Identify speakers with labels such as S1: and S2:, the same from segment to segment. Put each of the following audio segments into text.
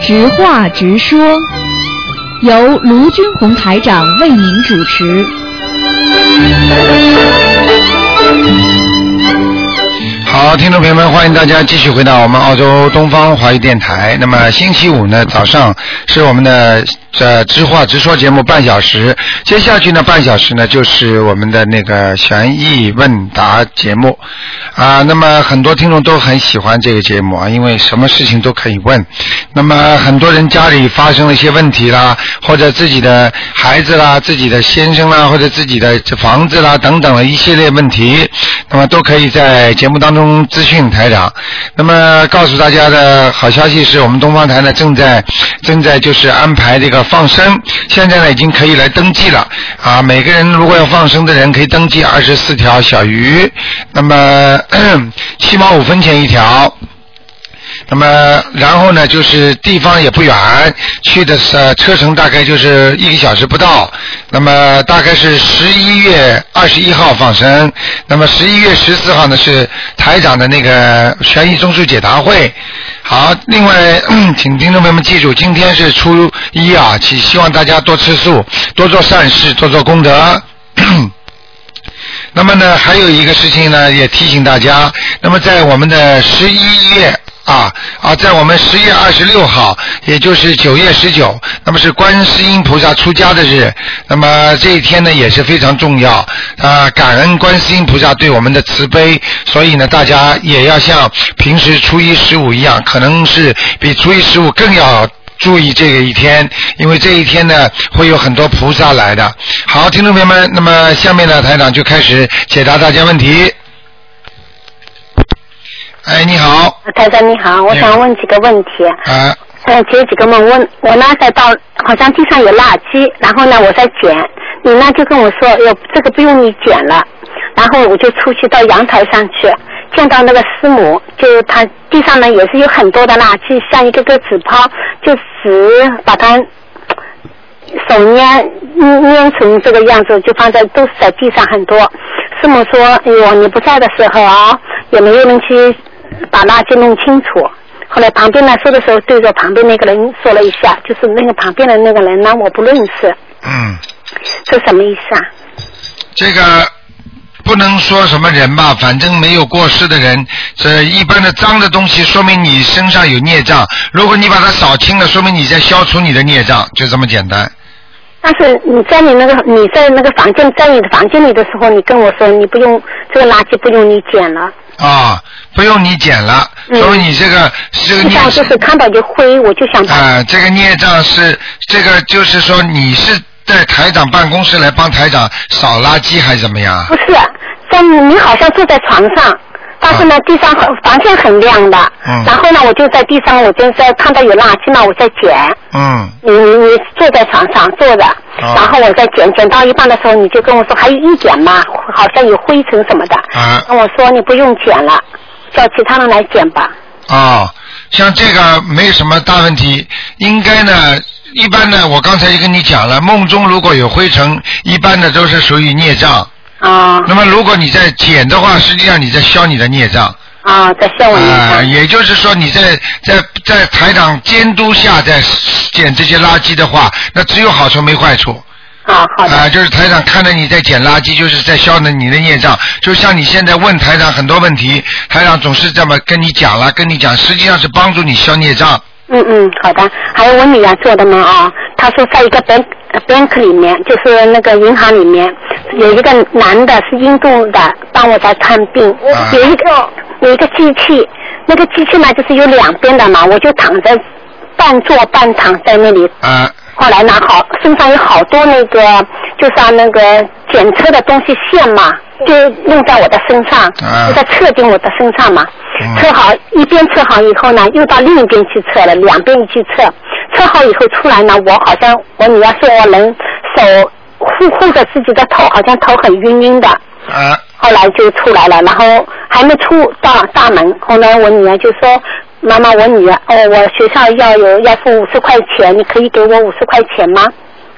S1: 直话直说，由卢军红台长为您主持。
S2: 好，听众朋友们，欢迎大家继续回到我们澳洲东方华语电台。那么星期五呢，早上是我们的呃直话直说节目半小时，接下去呢半小时呢就是我们的那个悬疑问答节目啊。那么很多听众都很喜欢这个节目啊，因为什么事情都可以问。那么很多人家里发生了一些问题啦，或者自己的孩子啦、自己的先生啦，或者自己的房子啦等等的一系列问题，那么都可以在节目当中咨询台长。那么告诉大家的好消息是我们东方台呢正在正在就是安排这个放生，现在呢已经可以来登记了啊！每个人如果要放生的人可以登记二十四条小鱼，那么七毛五分钱一条。那么，然后呢，就是地方也不远，去的是呃车程大概就是一个小时不到。那么大概是十一月二十一号放生，那么十一月十四号呢是台长的那个悬疑综述解答会。好，另外，嗯请听众朋友们记住，今天是初一啊，请希望大家多吃素，多做善事，多做功德。那么呢，还有一个事情呢，也提醒大家。那么在我们的十一月啊啊，在我们十月二十六号，也就是九月十九，那么是观世音菩萨出家的日。那么这一天呢，也是非常重要啊，感恩观世音菩萨对我们的慈悲。所以呢，大家也要像平时初一十五一样，可能是比初一十五更要。注意这个一天，因为这一天呢会有很多菩萨来的。好，听众朋友们，那么下面呢台长就开始解答大家问题。哎，你好，
S3: 台长你好，我想问几个问题。
S2: 啊，
S3: 呃，解几个梦。我我呢在到好像地上有垃圾，然后呢我在捡，你呢就跟我说，哟这个不用你捡了。然后我就出去到阳台上去，见到那个师母，就她地上呢也是有很多的垃圾，像一个个纸包，就纸把它手捏捏捏成这个样子，就放在都是在地上很多。师母说：“哎呦，你不在的时候啊，也没有人去把垃圾弄清楚。”后来旁边呢说的时候，对着旁边那个人说了一下，就是那个旁边的那个人呢，我不认识，
S2: 嗯，
S3: 这什么意思啊？
S2: 这个不能说什么人吧，反正没有过世的人，这一般的脏的东西，说明你身上有孽障。如果你把它扫清了，说明你在消除你的孽障，就这么简单。
S3: 但是你在你那个你在那个房间，在你的房间里的时候，你跟我说你不用这个垃圾不用你捡了，
S2: 啊，不用你捡了，
S3: 嗯
S2: 说明呃你这个这个
S3: 一
S2: 孽
S3: 下就是看到就灰，我就想把
S2: 啊、这个孽障是这个，就是说你是在台长办公室来帮台长扫垃圾还是怎么样？
S3: 不是，啊在你你好像坐在床上，但是呢，地上很房间很亮的。
S2: 啊嗯
S3: 然后呢，我就在地上，我就是在看到有垃圾嘛，我在捡。
S2: 嗯，
S3: 你你你坐在床上坐着，
S2: 啊
S3: 然后我在捡，捡到一半的时候，你就跟我说还有一点嘛，好像有灰尘什么的。
S2: 啊
S3: 跟我说你不用捡了，叫其他人来捡吧。
S2: 哦，像这个没什么大问题，应该呢。一般呢，我刚才就跟你讲了，梦中如果有灰尘，一般的都是属于孽障。
S3: 啊
S2: 那么如果你在捡的话，实际上你在消你的孽障。
S3: 啊，在笑我一
S2: 啊、
S3: 下。
S2: 也就是说，你在在在台长监督下在捡这些垃圾的话，那只有好处没坏处。
S3: 啊，好
S2: 啊、
S3: 的。
S2: 就是台长看着你在捡垃圾，就是在消呢你的孽障。就像你现在问台长很多问题，台长总是这么跟你讲了，跟你讲，实际上是帮助你消孽障。
S3: 嗯嗯，好的。还有我女儿做的梦啊，她说在一个 bank 呃 bank 里面，就是那个银行里面，有一个男的是印度的，帮我在看病，
S2: 啊
S3: 有一个有一个机器，那个机器呢就是有两边的嘛，我就躺在半坐半躺在那里。
S2: 啊、
S3: 后来呢，好身上有好多那个，就像那个检测的东西线嘛，就弄在我的身上，
S2: 啊
S3: 就在测定我的身上嘛。
S2: 嗯
S3: 测好一边测好以后呢，又到另一边去测了，两边一起测。测好以后出来呢，我好像我女儿说我人手护护着自己的头，好像头很晕晕的。
S2: 啊、
S3: 后来就出来了，然后还没出到大门，后来我女儿就说：“妈妈，我女儿哦，我学校要有要付五十块钱，你可以给我五十块钱吗？”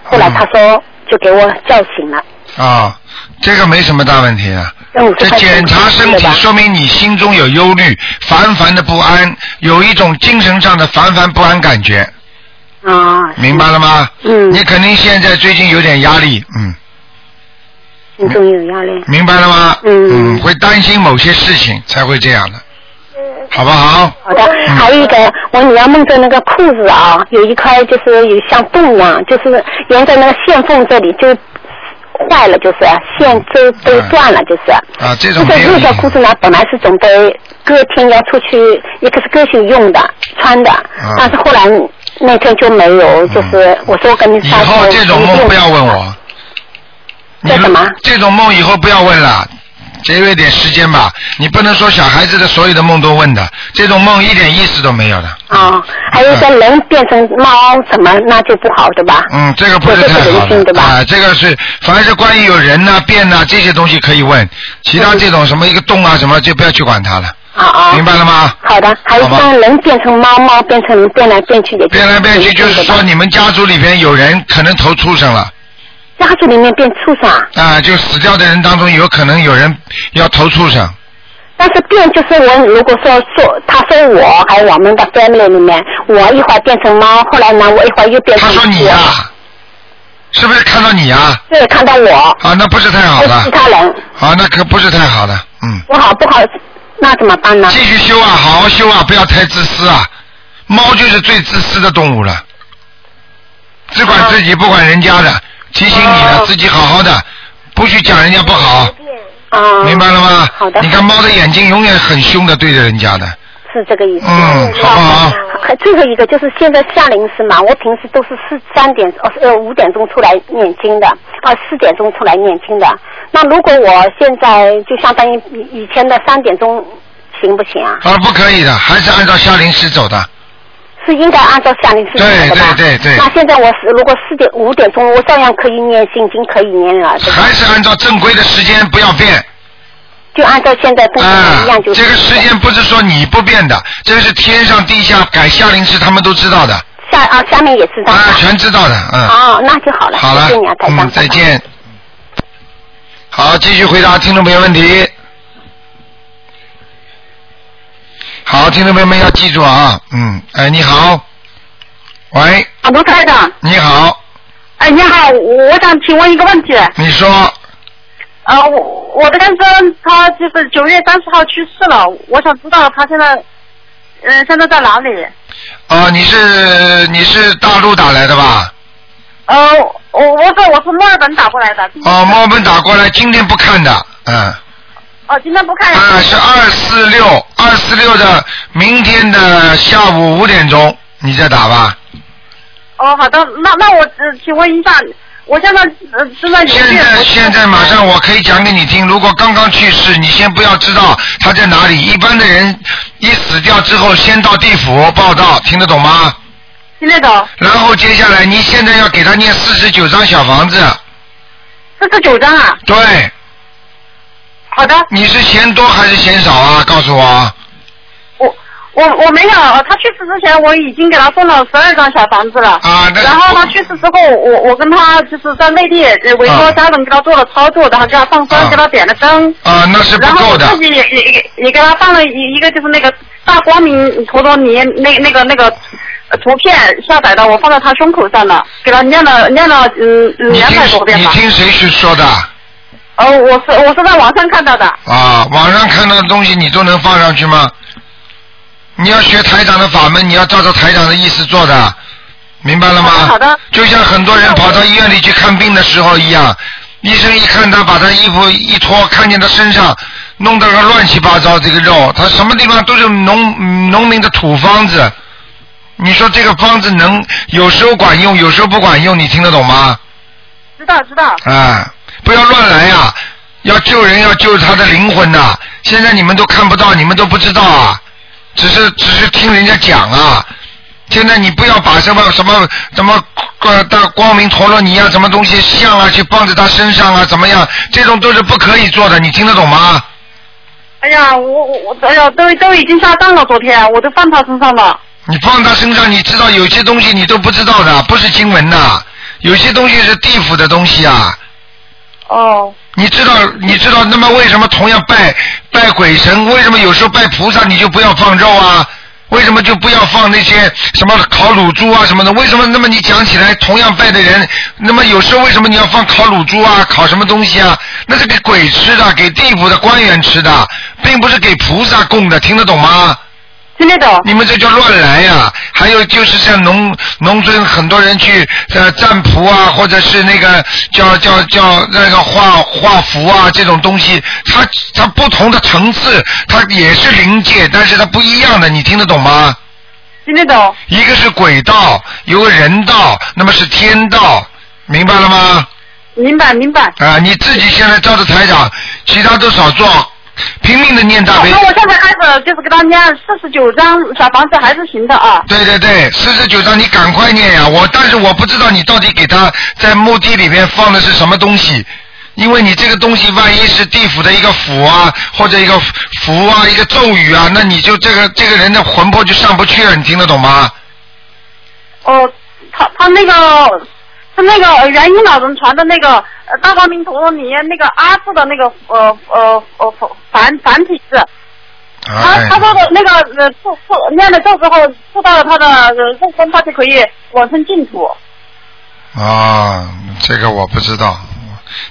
S3: 后来她说就给我叫醒了，
S2: 嗯啊、这个没什么大问题啊。
S3: 那五十
S2: 这
S3: 块钱
S2: 检查身
S3: 对
S2: 体
S3: 吧，
S2: 说明你心中有忧虑、烦烦的不安，有一种精神上的烦烦不安感觉。
S3: 啊，
S2: 明白了吗？
S3: 嗯
S2: 你肯定现在最近有点压力，嗯，
S3: 心中有压力。
S2: 明白了吗？
S3: 嗯
S2: 会担心某些事情才会这样的，好不好？
S3: 好的，还有一个，我女儿梦着那个裤子啊，有一块就是有像洞一样，就是沿着那个线缝这里就坏了，就是啊线
S2: 嗯
S3: 都都断了，就是。
S2: 啊，这
S3: 就
S2: 种没
S3: 是
S2: 有
S3: 这
S2: 意
S3: 条裤
S2: 义
S3: 子呢，本来是准备隔天要出去，一个是歌行用的、穿的，
S2: 啊
S3: 但是后来那天就没有，就是我说跟你
S2: 嗯以
S3: 说
S2: 后这种梦不要问我。你
S3: 这什么
S2: 这种梦以后不要问了，节约点时间吧。你不能说小孩子的所有的梦都问的，这种梦一点意思都没有的。
S3: 啊，还有一个人变成猫什么，那就不好，对吧？
S2: 嗯，这个不是
S3: 这是
S2: 太好
S3: 人性对
S2: 的
S3: 吧
S2: 啊、这个是凡是关于有人呐、变呐、这些东西可以问，其
S3: 嗯
S2: 他这种什么一个洞啊什么就不要去管它了，
S3: 啊啊。
S2: 明白了吗？
S3: 好的，还有
S2: 好吧
S3: 像人变成猫，猫变成人变来变去也
S2: 变来变去就是说你们家族里边有人可能投畜生了
S3: 家族里面变畜生，啊，
S2: 啊、就死掉的人当中有可能有人要投畜生，
S3: 但是变就是我如果说说他说我还有我们的 family 里面，我一会儿变成猫，后来呢我一会儿又变成
S2: 他说你啊呀、是不是看到你呀、啊？
S3: 对，看到我，
S2: 那不是太好
S3: 就
S2: 了
S3: 其，他人，
S2: 啊，那可不是太好了，嗯，
S3: 我好不好？那怎么办呢？
S2: 继续修啊，好好修啊，不要太自私啊。猫就是最自私的动物了，只管自己不管人家的，提醒你了，
S3: 哦
S2: 自己好好的，不许讲人家不好，
S3: 啊，
S2: 明白了吗？
S3: 好的
S2: 你看猫的眼睛永远很凶的对着人家的，
S3: 是这个意思。
S2: 嗯好不好
S3: 还最后一个就是现在夏令时嘛，我平时都是四三点呃呃五点钟出来念经的，呃四点钟出来念经的。那如果我现在就相当于以以前的三点钟，行不行啊？
S2: 啊，不可以的，还是按照夏令时走的，
S3: 是应该按照夏令时念的吧？
S2: 对对对对
S3: 那现在我是如果四点五点钟，我照样可以念心经，可以念了，对吧
S2: 还是按照正规的时间，不要变。
S3: 就按照现在跟
S2: 啊
S3: 一样，就
S2: 这
S3: 是。
S2: 个时间不是说你不变的，这个是天上地下改夏令时他们都知道的，
S3: 下啊，下面也知道。
S2: 啊，全知道的，嗯。
S3: 哦，那就好了，
S2: 好了
S3: 谢谢你啊，，台长。
S2: 嗯，再见。好，继续回答听众朋友问题。好，听众朋友们要记住啊，嗯，哎，你好，喂，
S4: 啊，卢台长，
S2: 你好，
S4: 哎，你好，我我想请问一个问题，
S2: 你说，
S4: 呃，我我的干哥他就是九月三十号去世了，我想知道他现在，呃，现在在哪里？
S2: 啊、你是你是大陆打来的吧？
S4: 呃，我我是我是墨尔本打过来的，今
S2: 哦，墨尔本打过来，今天不看的，嗯。
S4: 哦，今天不看，
S2: 啊，是二四六，二四六的明天的下午五点钟，你再打吧。
S4: 哦，好的，那那我呃，请问一下，我现在呃正在有
S2: 现
S4: 病，
S2: 在
S4: 我
S2: 现在马上我可以讲给你听，如果刚刚去世，你先不要知道他在哪里。一般的人一死掉之后，先到地府报道，听得懂吗？
S4: 听得懂
S2: 然后接下来你现在要给他念四十九张小房子，
S4: 四十九张啊，
S2: 对，
S4: 好的，
S2: 你是嫌多还是嫌少啊？告诉我啊。
S4: 我我我没有，他去世之前我已经给他送了十二张小房子了。
S2: 啊那
S4: 然后他去世之后，我我跟他就是在内地呃委
S2: 啊
S4: 托家人给他做了操作，然后给他放生，
S2: 啊
S4: 给他点了灯。
S2: 啊，那是不
S4: 然后
S2: 够
S4: 我
S2: 的。
S4: 自己也也也也给他放了一一个就是那个大光明陀罗尼那那个那个呃图片下载的，我放在他胸口上了，给他念了念了嗯嗯
S2: 你
S4: 两百多
S2: 听
S4: 遍
S2: 你
S4: 吧。
S2: 听谁去说的？
S4: 呃，我是我是在网上看到的。
S2: 啊，网上看到的东西你都能放上去吗？你要学台长的法门，你要照着台长的意思做的，明白了吗？
S4: 好的好的
S2: 就像很多人跑到医院里去看病的时候一样，医生一看他，把他衣服一脱，看见他身上弄得个乱七八糟，这个肉，他什么地方都是农农民的土方子。你说这个方子能有时候管用，有时候不管用，你听得懂吗？
S4: 知道知道，
S2: 啊，不要乱来呀、要救人要救他的灵魂呐、现在你们都看不到，你们都不知道啊，只是只是听人家讲啊。现在你不要把什么什么什么呃大光明陀罗尼啊，什么东西像啊，去放在他身上啊，怎么样？这种都是不可以做的，你听得懂吗？
S4: 哎呀，我我我，哎呀，都都已经下葬了，昨天我都放他身上了。
S2: 你放他身上，你知道有些东西你都不知道的，不是经文呐、有些东西是地府的东西啊。
S4: 哦，
S2: 你知道，你知道，那么为什么同样拜拜鬼神，为什么有时候拜菩萨你就不要放肉啊？为什么就不要放那些什么烤乳猪啊什么的？为什么那么你讲起来同样拜的人，那么有时候为什么你要放烤乳猪啊，烤什么东西啊？那是给鬼吃的，给地府的官员吃的，并不是给菩萨供的，听得懂吗？
S4: 听得懂？
S2: 你们这叫乱来呀、还有就是像农农村很多人去呃占卜啊，或者是那个叫叫叫那个画画符啊这种东西，它它不同的层次，它也是灵界，但是它不一样的，你听得懂吗？
S4: 听得懂？
S2: 一个是鬼道，一个人道，那么是天道，明白了吗？
S4: 明白明白。
S2: 啊，你自己现在照着台长，其他都少做，拼命的念大悲
S4: 哦那。我现在开始就是给他念四十九张小房子还是行的啊。
S2: 对对对，四十九章你赶快念呀！我但是我不知道你到底给他在墓地里面放的是什么东西，因为你这个东西万一是地府的一个符啊，或者一个符啊，一个咒语啊，那你就这个这个人的魂魄就上不去了，你听得懂吗？
S4: 哦，他他那个他那个呃元婴老人传的那个呃大光明陀罗尼那个阿字的那个呃呃呃繁繁体字，他
S2: 哎
S4: 他说的那个呃做做念了咒之后，做到了他的呃肉身，他就可以往生净土。
S2: 啊，这个我不知道，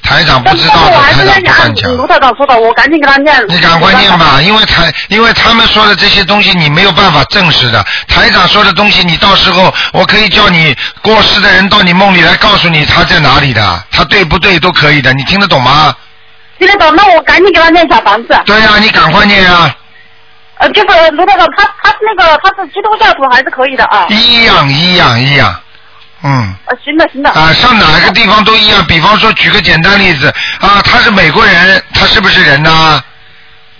S2: 台长不
S4: 但
S2: 知
S4: 是
S2: 道
S4: 我
S2: 的，
S4: 还
S2: 台长
S4: 是
S2: 不敢
S4: 在
S2: 讲
S4: 讲。卢台长说的，我赶紧给他念。
S2: 你赶快念吧，因为台，因为他们说的这些东西你没有办法证实的。台长说的东西，你到时候我可以叫你过世的人到你梦里来告诉你他在哪里的，他对不对都可以的，你听得懂吗？
S4: 听得懂？那我赶紧给他念小房子。
S2: 对呀、你赶快念啊，
S4: 呃，就是卢台长，他他是那个他是基督教徒还是可以的啊？
S2: 一样一样一样，嗯。
S4: 呃，行的行的。
S2: 啊，上哪个地方都一样。比方说，举个简单例子，啊，他是美国人，他是不是人呐、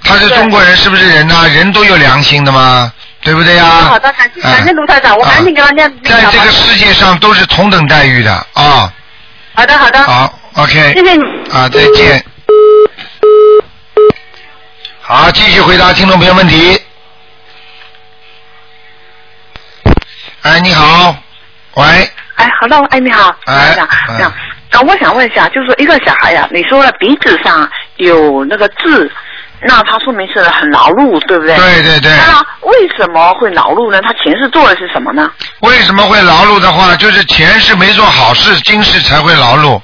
S2: 他是
S4: 对
S2: 中国人，是不是人呐、人都有良心的嘛，对不对呀、
S4: 好的，感谢啊感谢卢台长，我赶紧给他念。
S2: 啊在这个世界上都是同等待遇的啊。
S4: 好的
S5: 嗯
S4: 好的，
S2: 好，OK。
S4: 谢谢你。
S2: 啊，再见。好，继续回答听众朋友问题。哎，你好，喂，
S5: 哎，Hello，哎，你好，
S2: 哎
S5: 台长，
S2: 嗯
S5: 这样，那我想问一下，就是说一个小孩呀、你说了鼻子上有那个痣，那他说明是很劳碌，对不对？
S2: 对对对。
S5: 那为什么会劳碌呢？他前世做的是什么呢？
S2: 为什么会劳碌的话，就是前世没做好事，今世才会劳碌。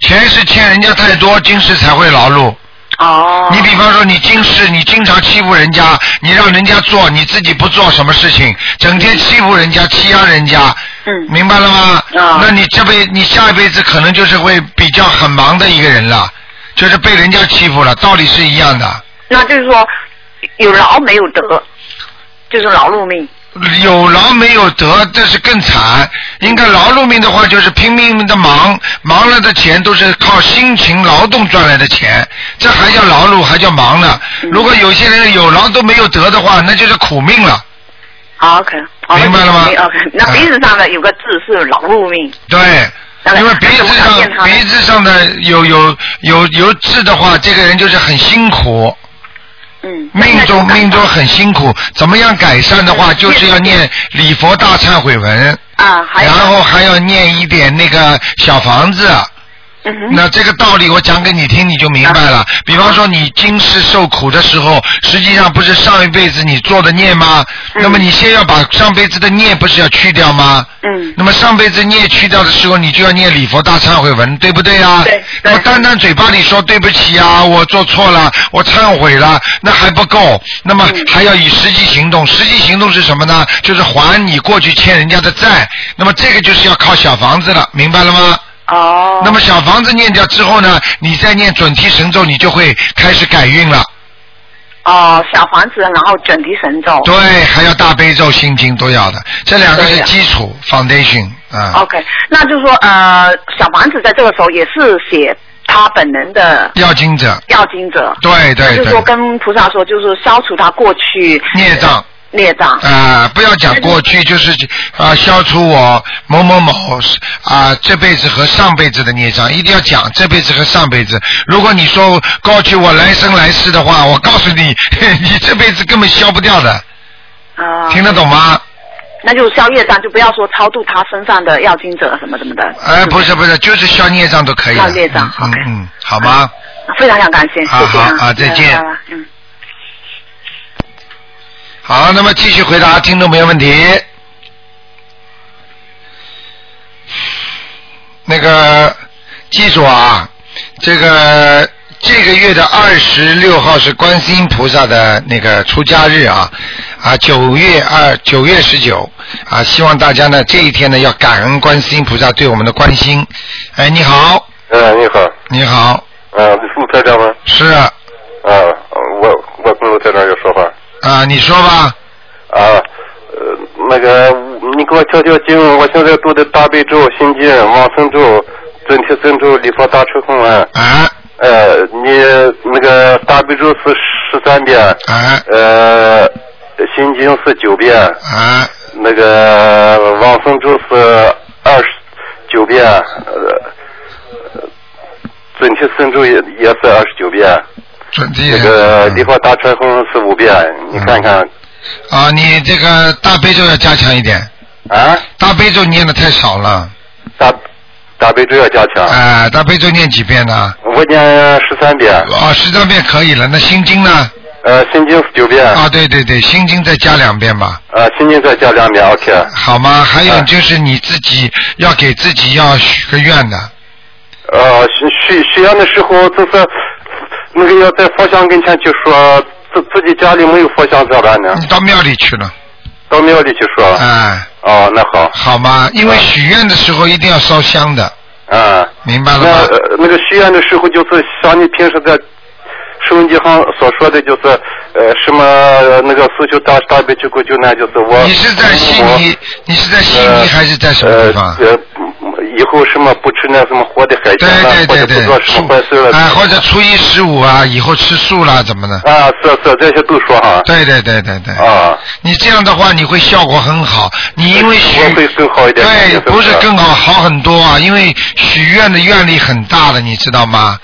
S2: 前世欠人家太多，今世才会劳碌。
S5: 哦，
S2: 你比方说，你今世你经常欺负人家，你让人家做，你自己不做什么事情，整天欺负人家、欺压人家，
S5: 嗯，
S2: 明白了吗？
S5: 啊
S2: 那你这辈你下一辈子可能就是会比较很忙的一个人了，就是被人家欺负了，道理是一样的。
S5: 那就是说有劳没有得，就是劳碌命。
S2: 有劳没有得，这是更惨。应该劳碌命的话，就是拼命的忙，忙了的钱都是靠辛勤劳动赚来的钱，这还叫劳碌，还叫忙呢。如果有些人有劳都没有得的话，那就是苦命了。
S5: OK，哦
S2: 明白了吗哎
S5: ？OK，那鼻子上的有个痣是劳碌命，
S2: 对，
S5: 那
S2: 因为鼻子
S5: 那怎么改变
S2: 上
S5: 它呢
S2: 鼻子上的有有有有痣的话，这个人就是很辛苦，
S5: 嗯，
S2: 命中命中很辛苦。怎么样改善的话，
S5: 嗯
S2: 就是要念礼佛大忏悔文，
S5: 啊，还有
S2: 然后还要念一点那个小房子。
S5: 嗯哼
S2: 那这个道理我讲给你听，你就明白了。比方说，你今世受苦的时候，实际上不是上一辈子你做的孽吗？
S5: 嗯
S2: 那么你先要把上辈子的孽不是要去掉吗？
S5: 嗯
S2: 那么上辈子孽去掉的时候，你就要念礼佛大忏悔文，对不对啊？
S5: 对
S2: 那么单单嘴巴里说对不起啊，我做错了，我忏悔了，那还不够。那么
S5: 嗯
S2: 还要以实际行动，实际行动是什么呢？就是还你过去欠人家的债。那么这个就是要靠小房子了，明白了吗？
S5: 哦，
S2: 那么小房子念掉之后呢，你再念准提神咒，你就会开始改运了。
S5: 哦，小房子，然后整提神咒。
S2: 对，还要大悲咒、心经都要的，这两个是
S5: 对呀哦
S2: 基础 foundation 啊。
S5: OK，那就是说，呃，小房子在这个时候也是写他本人的
S2: 要经者，
S5: 要经者，
S2: 对对
S5: 就是
S2: 对
S5: 说，跟菩萨说，就是消除他过去
S2: 孽障。
S5: 孽障。
S2: 啊、不要讲过去，就是啊、消除我某某某啊、这辈子和上辈子的孽障，一定要讲这辈子和上辈子。如果你说过去我来生来世的话，我告诉你， 你这辈子根本消不掉的，
S5: 啊、
S2: 呃听得懂吗？
S5: 那就是消业障，就不要说超度他身上的要经者什么什么的。
S2: 哎、不是不是，就是消孽障都可以的。
S5: 消孽障
S2: 嗯嗯
S5: OK
S2: 嗯，好吗？
S5: 非常想感谢，谢
S2: 啊好
S5: 谢
S2: 啊再见
S5: 拜拜嗯。
S2: 好，那么继续回答听众朋友问题。那个，记住啊，这个这个月的二十六号是观世音菩萨的那个出家日啊，啊，九月二九月十九啊，希望大家呢这一天呢要感恩观世音菩萨对我们的关心。哎，你好，
S6: 嗯，你好，
S2: 你好，
S6: 嗯，你是陆台长吗？
S2: 是啊，
S6: 啊，我我跟陆台长要说话
S2: 啊你说吧，
S6: 啊，呃，那个你给我调调经，我呃现在读的大悲咒、心经、往生咒、准提真咒、礼佛大忏悔文，
S2: 啊
S6: 呃，你那个大悲咒是十三遍，
S2: 啊
S6: 呃，心经是九遍，
S2: 啊
S6: 那个往生咒是二十九遍，呃，准提神咒也也是二十九遍，
S2: 准提
S6: 这个礼佛大忏悔文是五遍，你看看
S2: 啊，你这个大悲咒要加强一点，
S6: 啊，
S2: 大悲咒念的太少了，
S6: 大大悲咒要加强，
S2: 哎、大悲咒念几遍呢？
S6: 我念十三遍，
S2: 啊，十三遍可以了。那心经呢？
S6: 呃，心经是九遍，
S2: 啊，对对对，心经再加两遍吧，
S6: 呃，心经再加两遍，OK，
S2: 好吗？还有
S6: 啊
S2: 就是你自己要给自己要许个愿的，
S6: 呃，许许许愿的时候就是那个要在佛像跟前去说，自自己家里没有佛像咋办呢？
S2: 你到庙里去了，
S6: 到庙里去说。
S2: 哎、
S6: 哦，那好，
S2: 好吗？因为许愿的时候一定要烧香的，
S6: 嗯，
S2: 明白了
S6: 那
S2: 吗？
S6: 呃那个许愿的时候，就是像你平时在收音机上所说的，就是呃什么呃那个搜求大大悲救苦救难，就是我
S2: 你是在悉尼，你是在悉尼还是在什么地方？
S6: 呃呃嗯以后什么不吃那什么活的海鲜
S2: 对对对
S6: 了，啊或者呃不
S2: 对
S6: 做，什么坏事了，
S2: 哎，或者初一十五啊，以后吃素啦，怎么的？
S6: 啊，是是这些都说哈，
S2: 对对对对对，
S6: 啊，
S2: 你这样的话，你会效果很好。你因为许
S6: 我会更好一点
S2: 对，
S6: 就是啊
S2: 不是更好好很多啊，因为许愿的愿力很大的，你知道吗？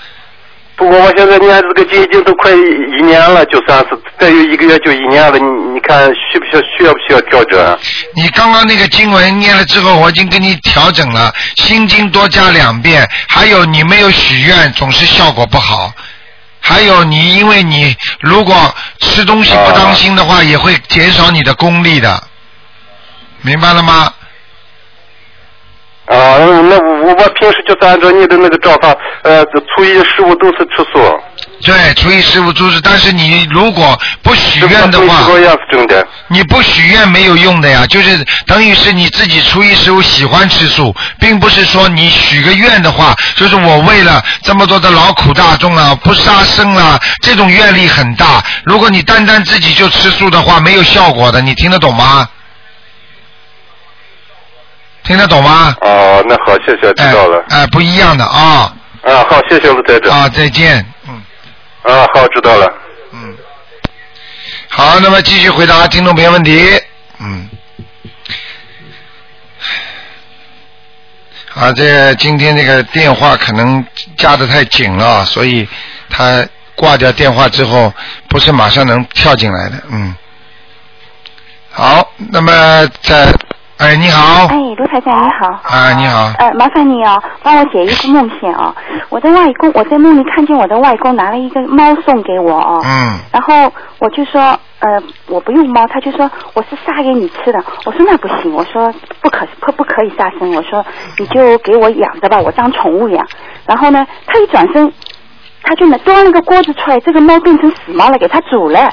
S6: 不过我现在念这个经已经都快一年了，就算是再有一个月就一年了，你你看需不需要需要不需要调整？啊
S2: 你刚刚那个经文念了之后，我已经给你调整了，心经多加两遍，还有你没有许愿，总是效果不好。还有你，因为你如果吃东西不当心的话，也会减少你的功力的，明白了吗？
S6: 啊，那我我平时就是按照你的那个照法，呃，初一十五都是吃素，
S2: 对，初一十五注是，但是你如果不许愿的话，
S6: 这样是真的。
S2: 你不许愿没有用的呀，就是等于是你自己初一十五喜欢吃素，并不是说你许个愿的话，就是我为了这么多的劳苦大众啊，不杀生啊，这种愿力很大。如果你单单自己就吃素的话，没有效果的，你听得懂吗？听得懂吗？
S6: 哦，那好，谢谢，知
S2: 哎
S6: 道了。
S2: 哎，不一样的啊、
S6: 啊，好，谢谢卢台长。
S2: 啊，再见，嗯
S6: 啊，好，知道了。
S2: 嗯。好，那么继续回答听众朋友问题，嗯。啊，这今天这个电话可能加的太紧了啊，所以他挂掉电话之后，不是马上能跳进来的，嗯。好，那么在，哎，你好
S7: 哎，，卢台长你好。
S2: 啊，你好，
S7: 呃，麻烦你哦，帮我解一个梦片哦。我的外公，我在梦里看见我的外公拿了一个猫送给我哦，
S2: 嗯，
S7: 然后我就说，呃，我不用猫，他就说我是杀给你吃的。我说那不行，我说不可不不可以杀生，我说你就给我养着吧，我当宠物养。然后呢，他一转身，他就呢端了个锅子出来，这个猫变成死猫了，给他煮了。
S2: 啊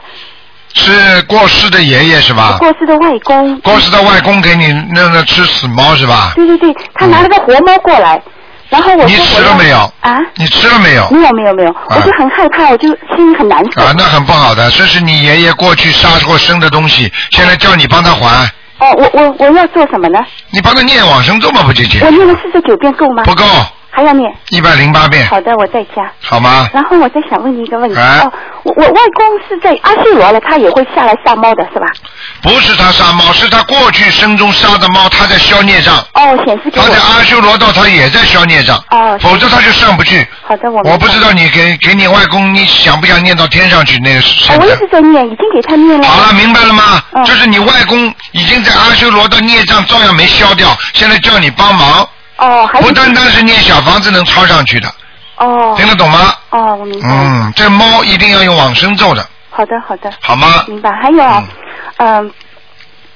S2: 是过世的爷爷是吧？
S7: 过世的外公，
S2: 过世的外公给你那那吃死猫是吧？
S7: 对对对，他拿了个活猫过来，然后我
S2: 你
S7: 说
S2: 吃
S7: 我
S2: 了
S7: 要
S2: 没有
S7: 啊？
S2: 你吃了没有？
S7: 没有没有没有，我就很害怕，我就心里很难受。
S2: 啊，那很不好的，这是你爷爷过去杀过生的东西，现在叫你帮他还，
S7: 哦，我我我要做什么呢？
S2: 你帮他念往生咒嘛，不就行
S7: 我？念了四十九遍够吗？
S2: 不够，
S7: 还要念。
S2: 一百零八遍，
S7: 好的，我在家。
S2: 好吗？
S7: 然后我再想问你一个问题、
S2: 哎
S7: 哦，我我外公是在阿修罗了，他也会下来杀猫的是吧？
S2: 不是他杀猫，是他过去生中杀的猫，他在消孽障，
S7: 哦，显示给
S2: 他在
S7: 我。
S2: 阿修罗道他也在消孽障，
S7: 哦，
S2: 否则他就上不去。
S7: 好的，我明白
S2: 我不知道。你给给你外公，你想不想念到天上去那个
S7: 哦
S2: 现
S7: 我一
S2: 在？
S7: 直在念，已经给他念了。
S2: 好了，明白了吗？
S7: 嗯
S2: 就是你外公已经在阿修罗的孽障照样没消掉，现在叫你帮忙，
S7: 哦，还
S2: 不
S7: 是
S2: 单单是念小房子能抄上去的，
S7: 哦
S2: 听得懂吗？嗯
S7: 哦，我明白了。
S2: 嗯，这猫一定要用往生咒的，
S7: 好的好的，
S2: 好吗？
S7: 明白。还有啊，嗯，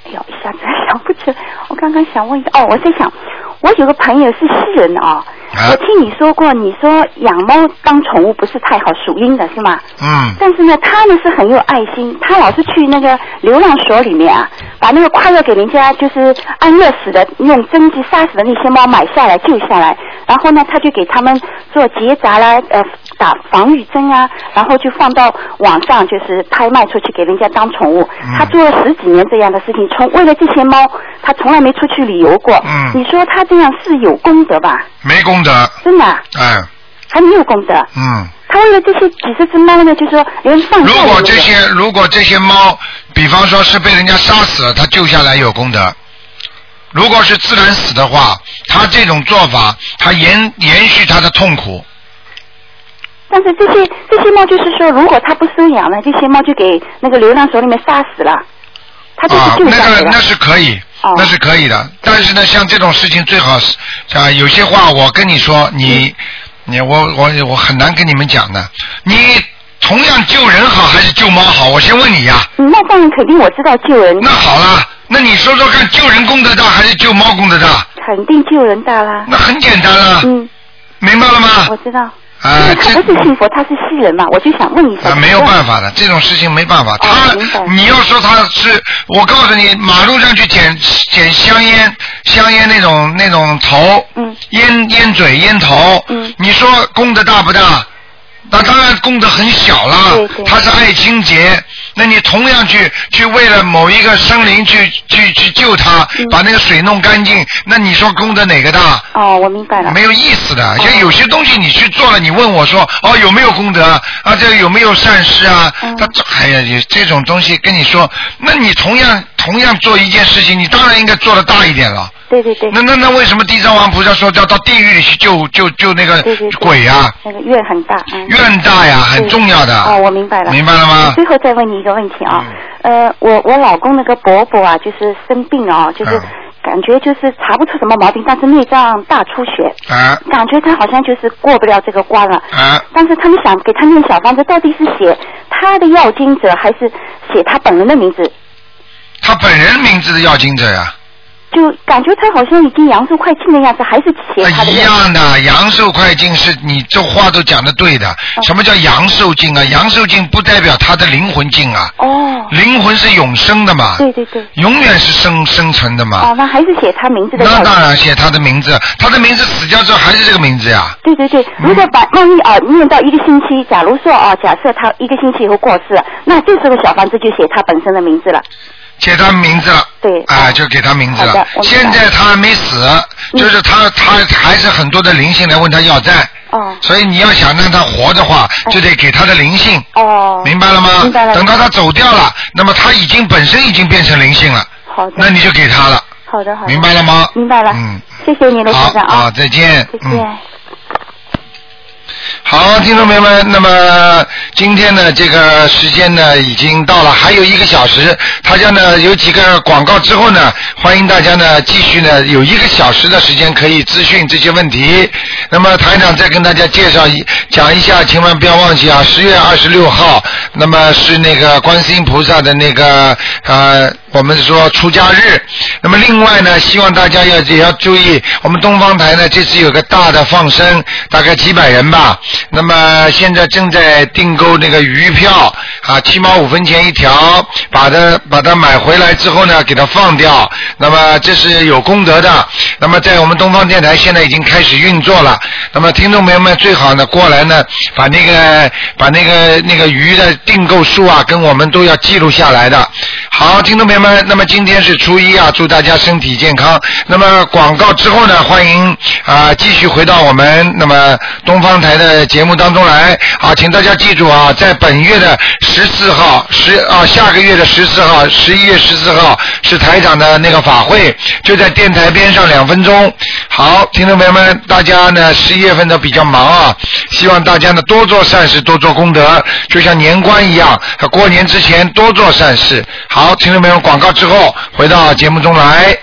S7: 哎呦，一下子还想不起来，我刚刚想问一个，哦，我在想，我有个朋友是西人啊、
S2: 啊
S7: 我听你说过，你说养猫当宠物不是太好，属阴的是吗？
S2: 嗯，
S7: 但是呢，他呢是很有爱心，他老是去那个流浪所里面啊，把那个快要给人家就是安乐死的、用针剂杀死的那些猫买下来救下来，然后呢，他就给他们做结扎啦，呃，打防御针啊，然后就放到网上就是拍卖出去给人家当宠物。
S2: 嗯
S7: 他做了十几年这样的事情，从为了这些猫，他从来没出去旅游过。
S2: 嗯
S7: 你说他这样是有功德吧？
S2: 没功德，
S7: 真的啊、
S2: 哎，
S7: 还没有功德。
S2: 嗯。
S7: 他为了这些几十只猫呢，就说连放
S2: 如
S7: 假
S2: 果
S7: 都没
S2: 这
S7: 有
S2: 些如果这些猫，比方说是被人家杀死了，它救下来有功德；如果是自然死的话，它这种做法，它延延续它的痛苦。
S7: 但是这些这些猫就是说，如果他不收养了，这些猫就给那个流浪所里面杀死了，他就是
S2: 啊，
S7: 救
S2: 那
S7: 下来
S2: 个
S7: 了。
S2: 那是可以，
S7: 哦
S2: 那是可以的。但是呢，像这种事情最好是啊，有些话我跟你说，
S7: 嗯
S2: 你你我我我很难跟你们讲的。你同样救人好还是救猫好？我先问你呀、
S7: 嗯那当然肯定我知道救人，
S2: 那好了，那你说说看，救人功德大还是救猫功德大？
S7: 肯定救人大啦。
S2: 那很简单了，
S7: 嗯，
S2: 明白了吗
S7: 我？知道。
S2: 啊，
S7: 因为
S2: 这
S7: 他不是信佛，他是西人嘛，我就想问一下。
S2: 啊没有办法的，这种事情没办法。他
S7: 哦明白
S2: 你要说他是，我告诉你，马路上去捡捡香烟，香烟那种那种头，
S7: 嗯
S2: 烟烟嘴烟头，
S7: 嗯
S2: 你说功德大不大？那当然功德很小了
S7: 对，对
S2: 他是爱清洁。那你同样去去为了某一个生灵去去去救他，
S7: 嗯
S2: 把那个水弄干净，那你说功德哪个大？
S7: 哦，我明白了。
S2: 没有意思
S7: 哦
S2: 的，像有些东西你去做了，你问我说哦有没有功德啊？这有没有善事啊？
S7: 嗯
S2: 他这哎呀，有这种东西跟你说，那你同样同样做一件事情，你当然应该做的大一点了。
S7: 对对对，
S2: 那那那为什么地藏王菩萨说要到地狱里去救救救那个
S7: 对对对
S2: 鬼啊？
S7: 那个愿很大。嗯。
S2: 愿大呀，很
S7: 对
S2: 重要的。
S7: 哦，我明白了。
S2: 明白了吗？
S7: 最后再问你一个问题啊，呃，我我老公那个伯伯啊，就是生病啊，就是
S2: 嗯
S7: 感觉就是查不出什么毛病，但是内脏大出血，
S2: 啊
S7: 感觉他好像就是过不了这个关了。
S2: 啊，
S7: 但是他们想给他念小房子，到底是写他的要经者，还是写他本人的名字？
S2: 他本人名字的要经者呀，
S7: 就感觉他好像已经阳寿快尽的样子，还是写
S2: 啊
S7: 他的
S2: 一
S7: 要经
S2: 样的，阳寿快进是你这话都讲的对的。
S7: 哦
S2: 什么叫阳寿尽啊？阳寿尽不代表他的灵魂尽啊，
S7: 哦，
S2: 灵魂是永生的嘛，
S7: 对对对，
S2: 永远是生生存的嘛。
S7: 哦，那还是写他名字的
S2: 啊那
S7: 要经
S2: 当。然写他的名字，他的名字死掉之后还是这个名字呀。
S7: 对对对，如果把万一啊念到一个星期，假如说啊，假设他一个星期以后过世，那这时候小房子就写他本身的名字了。
S2: 写他名字了，
S7: 对
S2: 啊、就给他名字
S7: 嗯好
S2: 了
S7: 的。我明白嗯
S2: 现在他还没死，就是他他还是很多的灵性来问他要债，
S7: 哦
S2: 所以你要想让他活的话，就得给他的灵性，
S7: 哦，
S2: 明白了吗？
S7: 明白了
S2: 等到他走掉了，那么他已经本身已经变成灵性了，
S7: 好的，
S2: 那你就给他了，
S7: 好的好的，
S2: 明白了吗？
S7: 明白了，
S2: 嗯，
S7: 谢谢你，罗
S2: 好
S7: 先生
S2: 啊，
S7: 啊，
S2: 再见。
S7: 再
S2: 嗯
S7: 见。
S2: 好，听众朋友们，那么今天呢，这个时间呢已经到了，还有一个小时。大家呢有几个广告之后呢，欢迎大家呢继续呢有一个小时的时间可以咨询这些问题。那么台长再跟大家介绍一讲一下，千万不要忘记啊，十月二十六号，那么是那个观世音菩萨的那个呃，我们说出家日。那么另外呢，希望大家要也要注意，我们东方台呢这次有个大的放生，大概几百人吧。那么现在正在订购那个鱼票啊，七毛五分钱一条，把它把它买回来之后呢，给它放掉。那么这是有功德的。那么在我们东方电台现在已经开始运作了。那么听众朋友们最好呢过来呢，把那个把那个那个鱼的订购数啊，跟我们都要记录下来的。好，听众朋友们，那么今天是初一啊，祝大家身体健康。那么广告之后呢，欢迎啊、继续回到我们那么东方台的节目当中来。啊，请大家记住啊，在本月的十四号，十啊下个月的十四号，十一月十四号是台长的那个法会，就在电台边上两分钟。好，听众朋友们，大家呢十一月份都比较忙啊，希望大家呢多做善事，多做功德，就像年关一样，过年之前多做善事。好，听众朋友们，广告之后回到节目中来。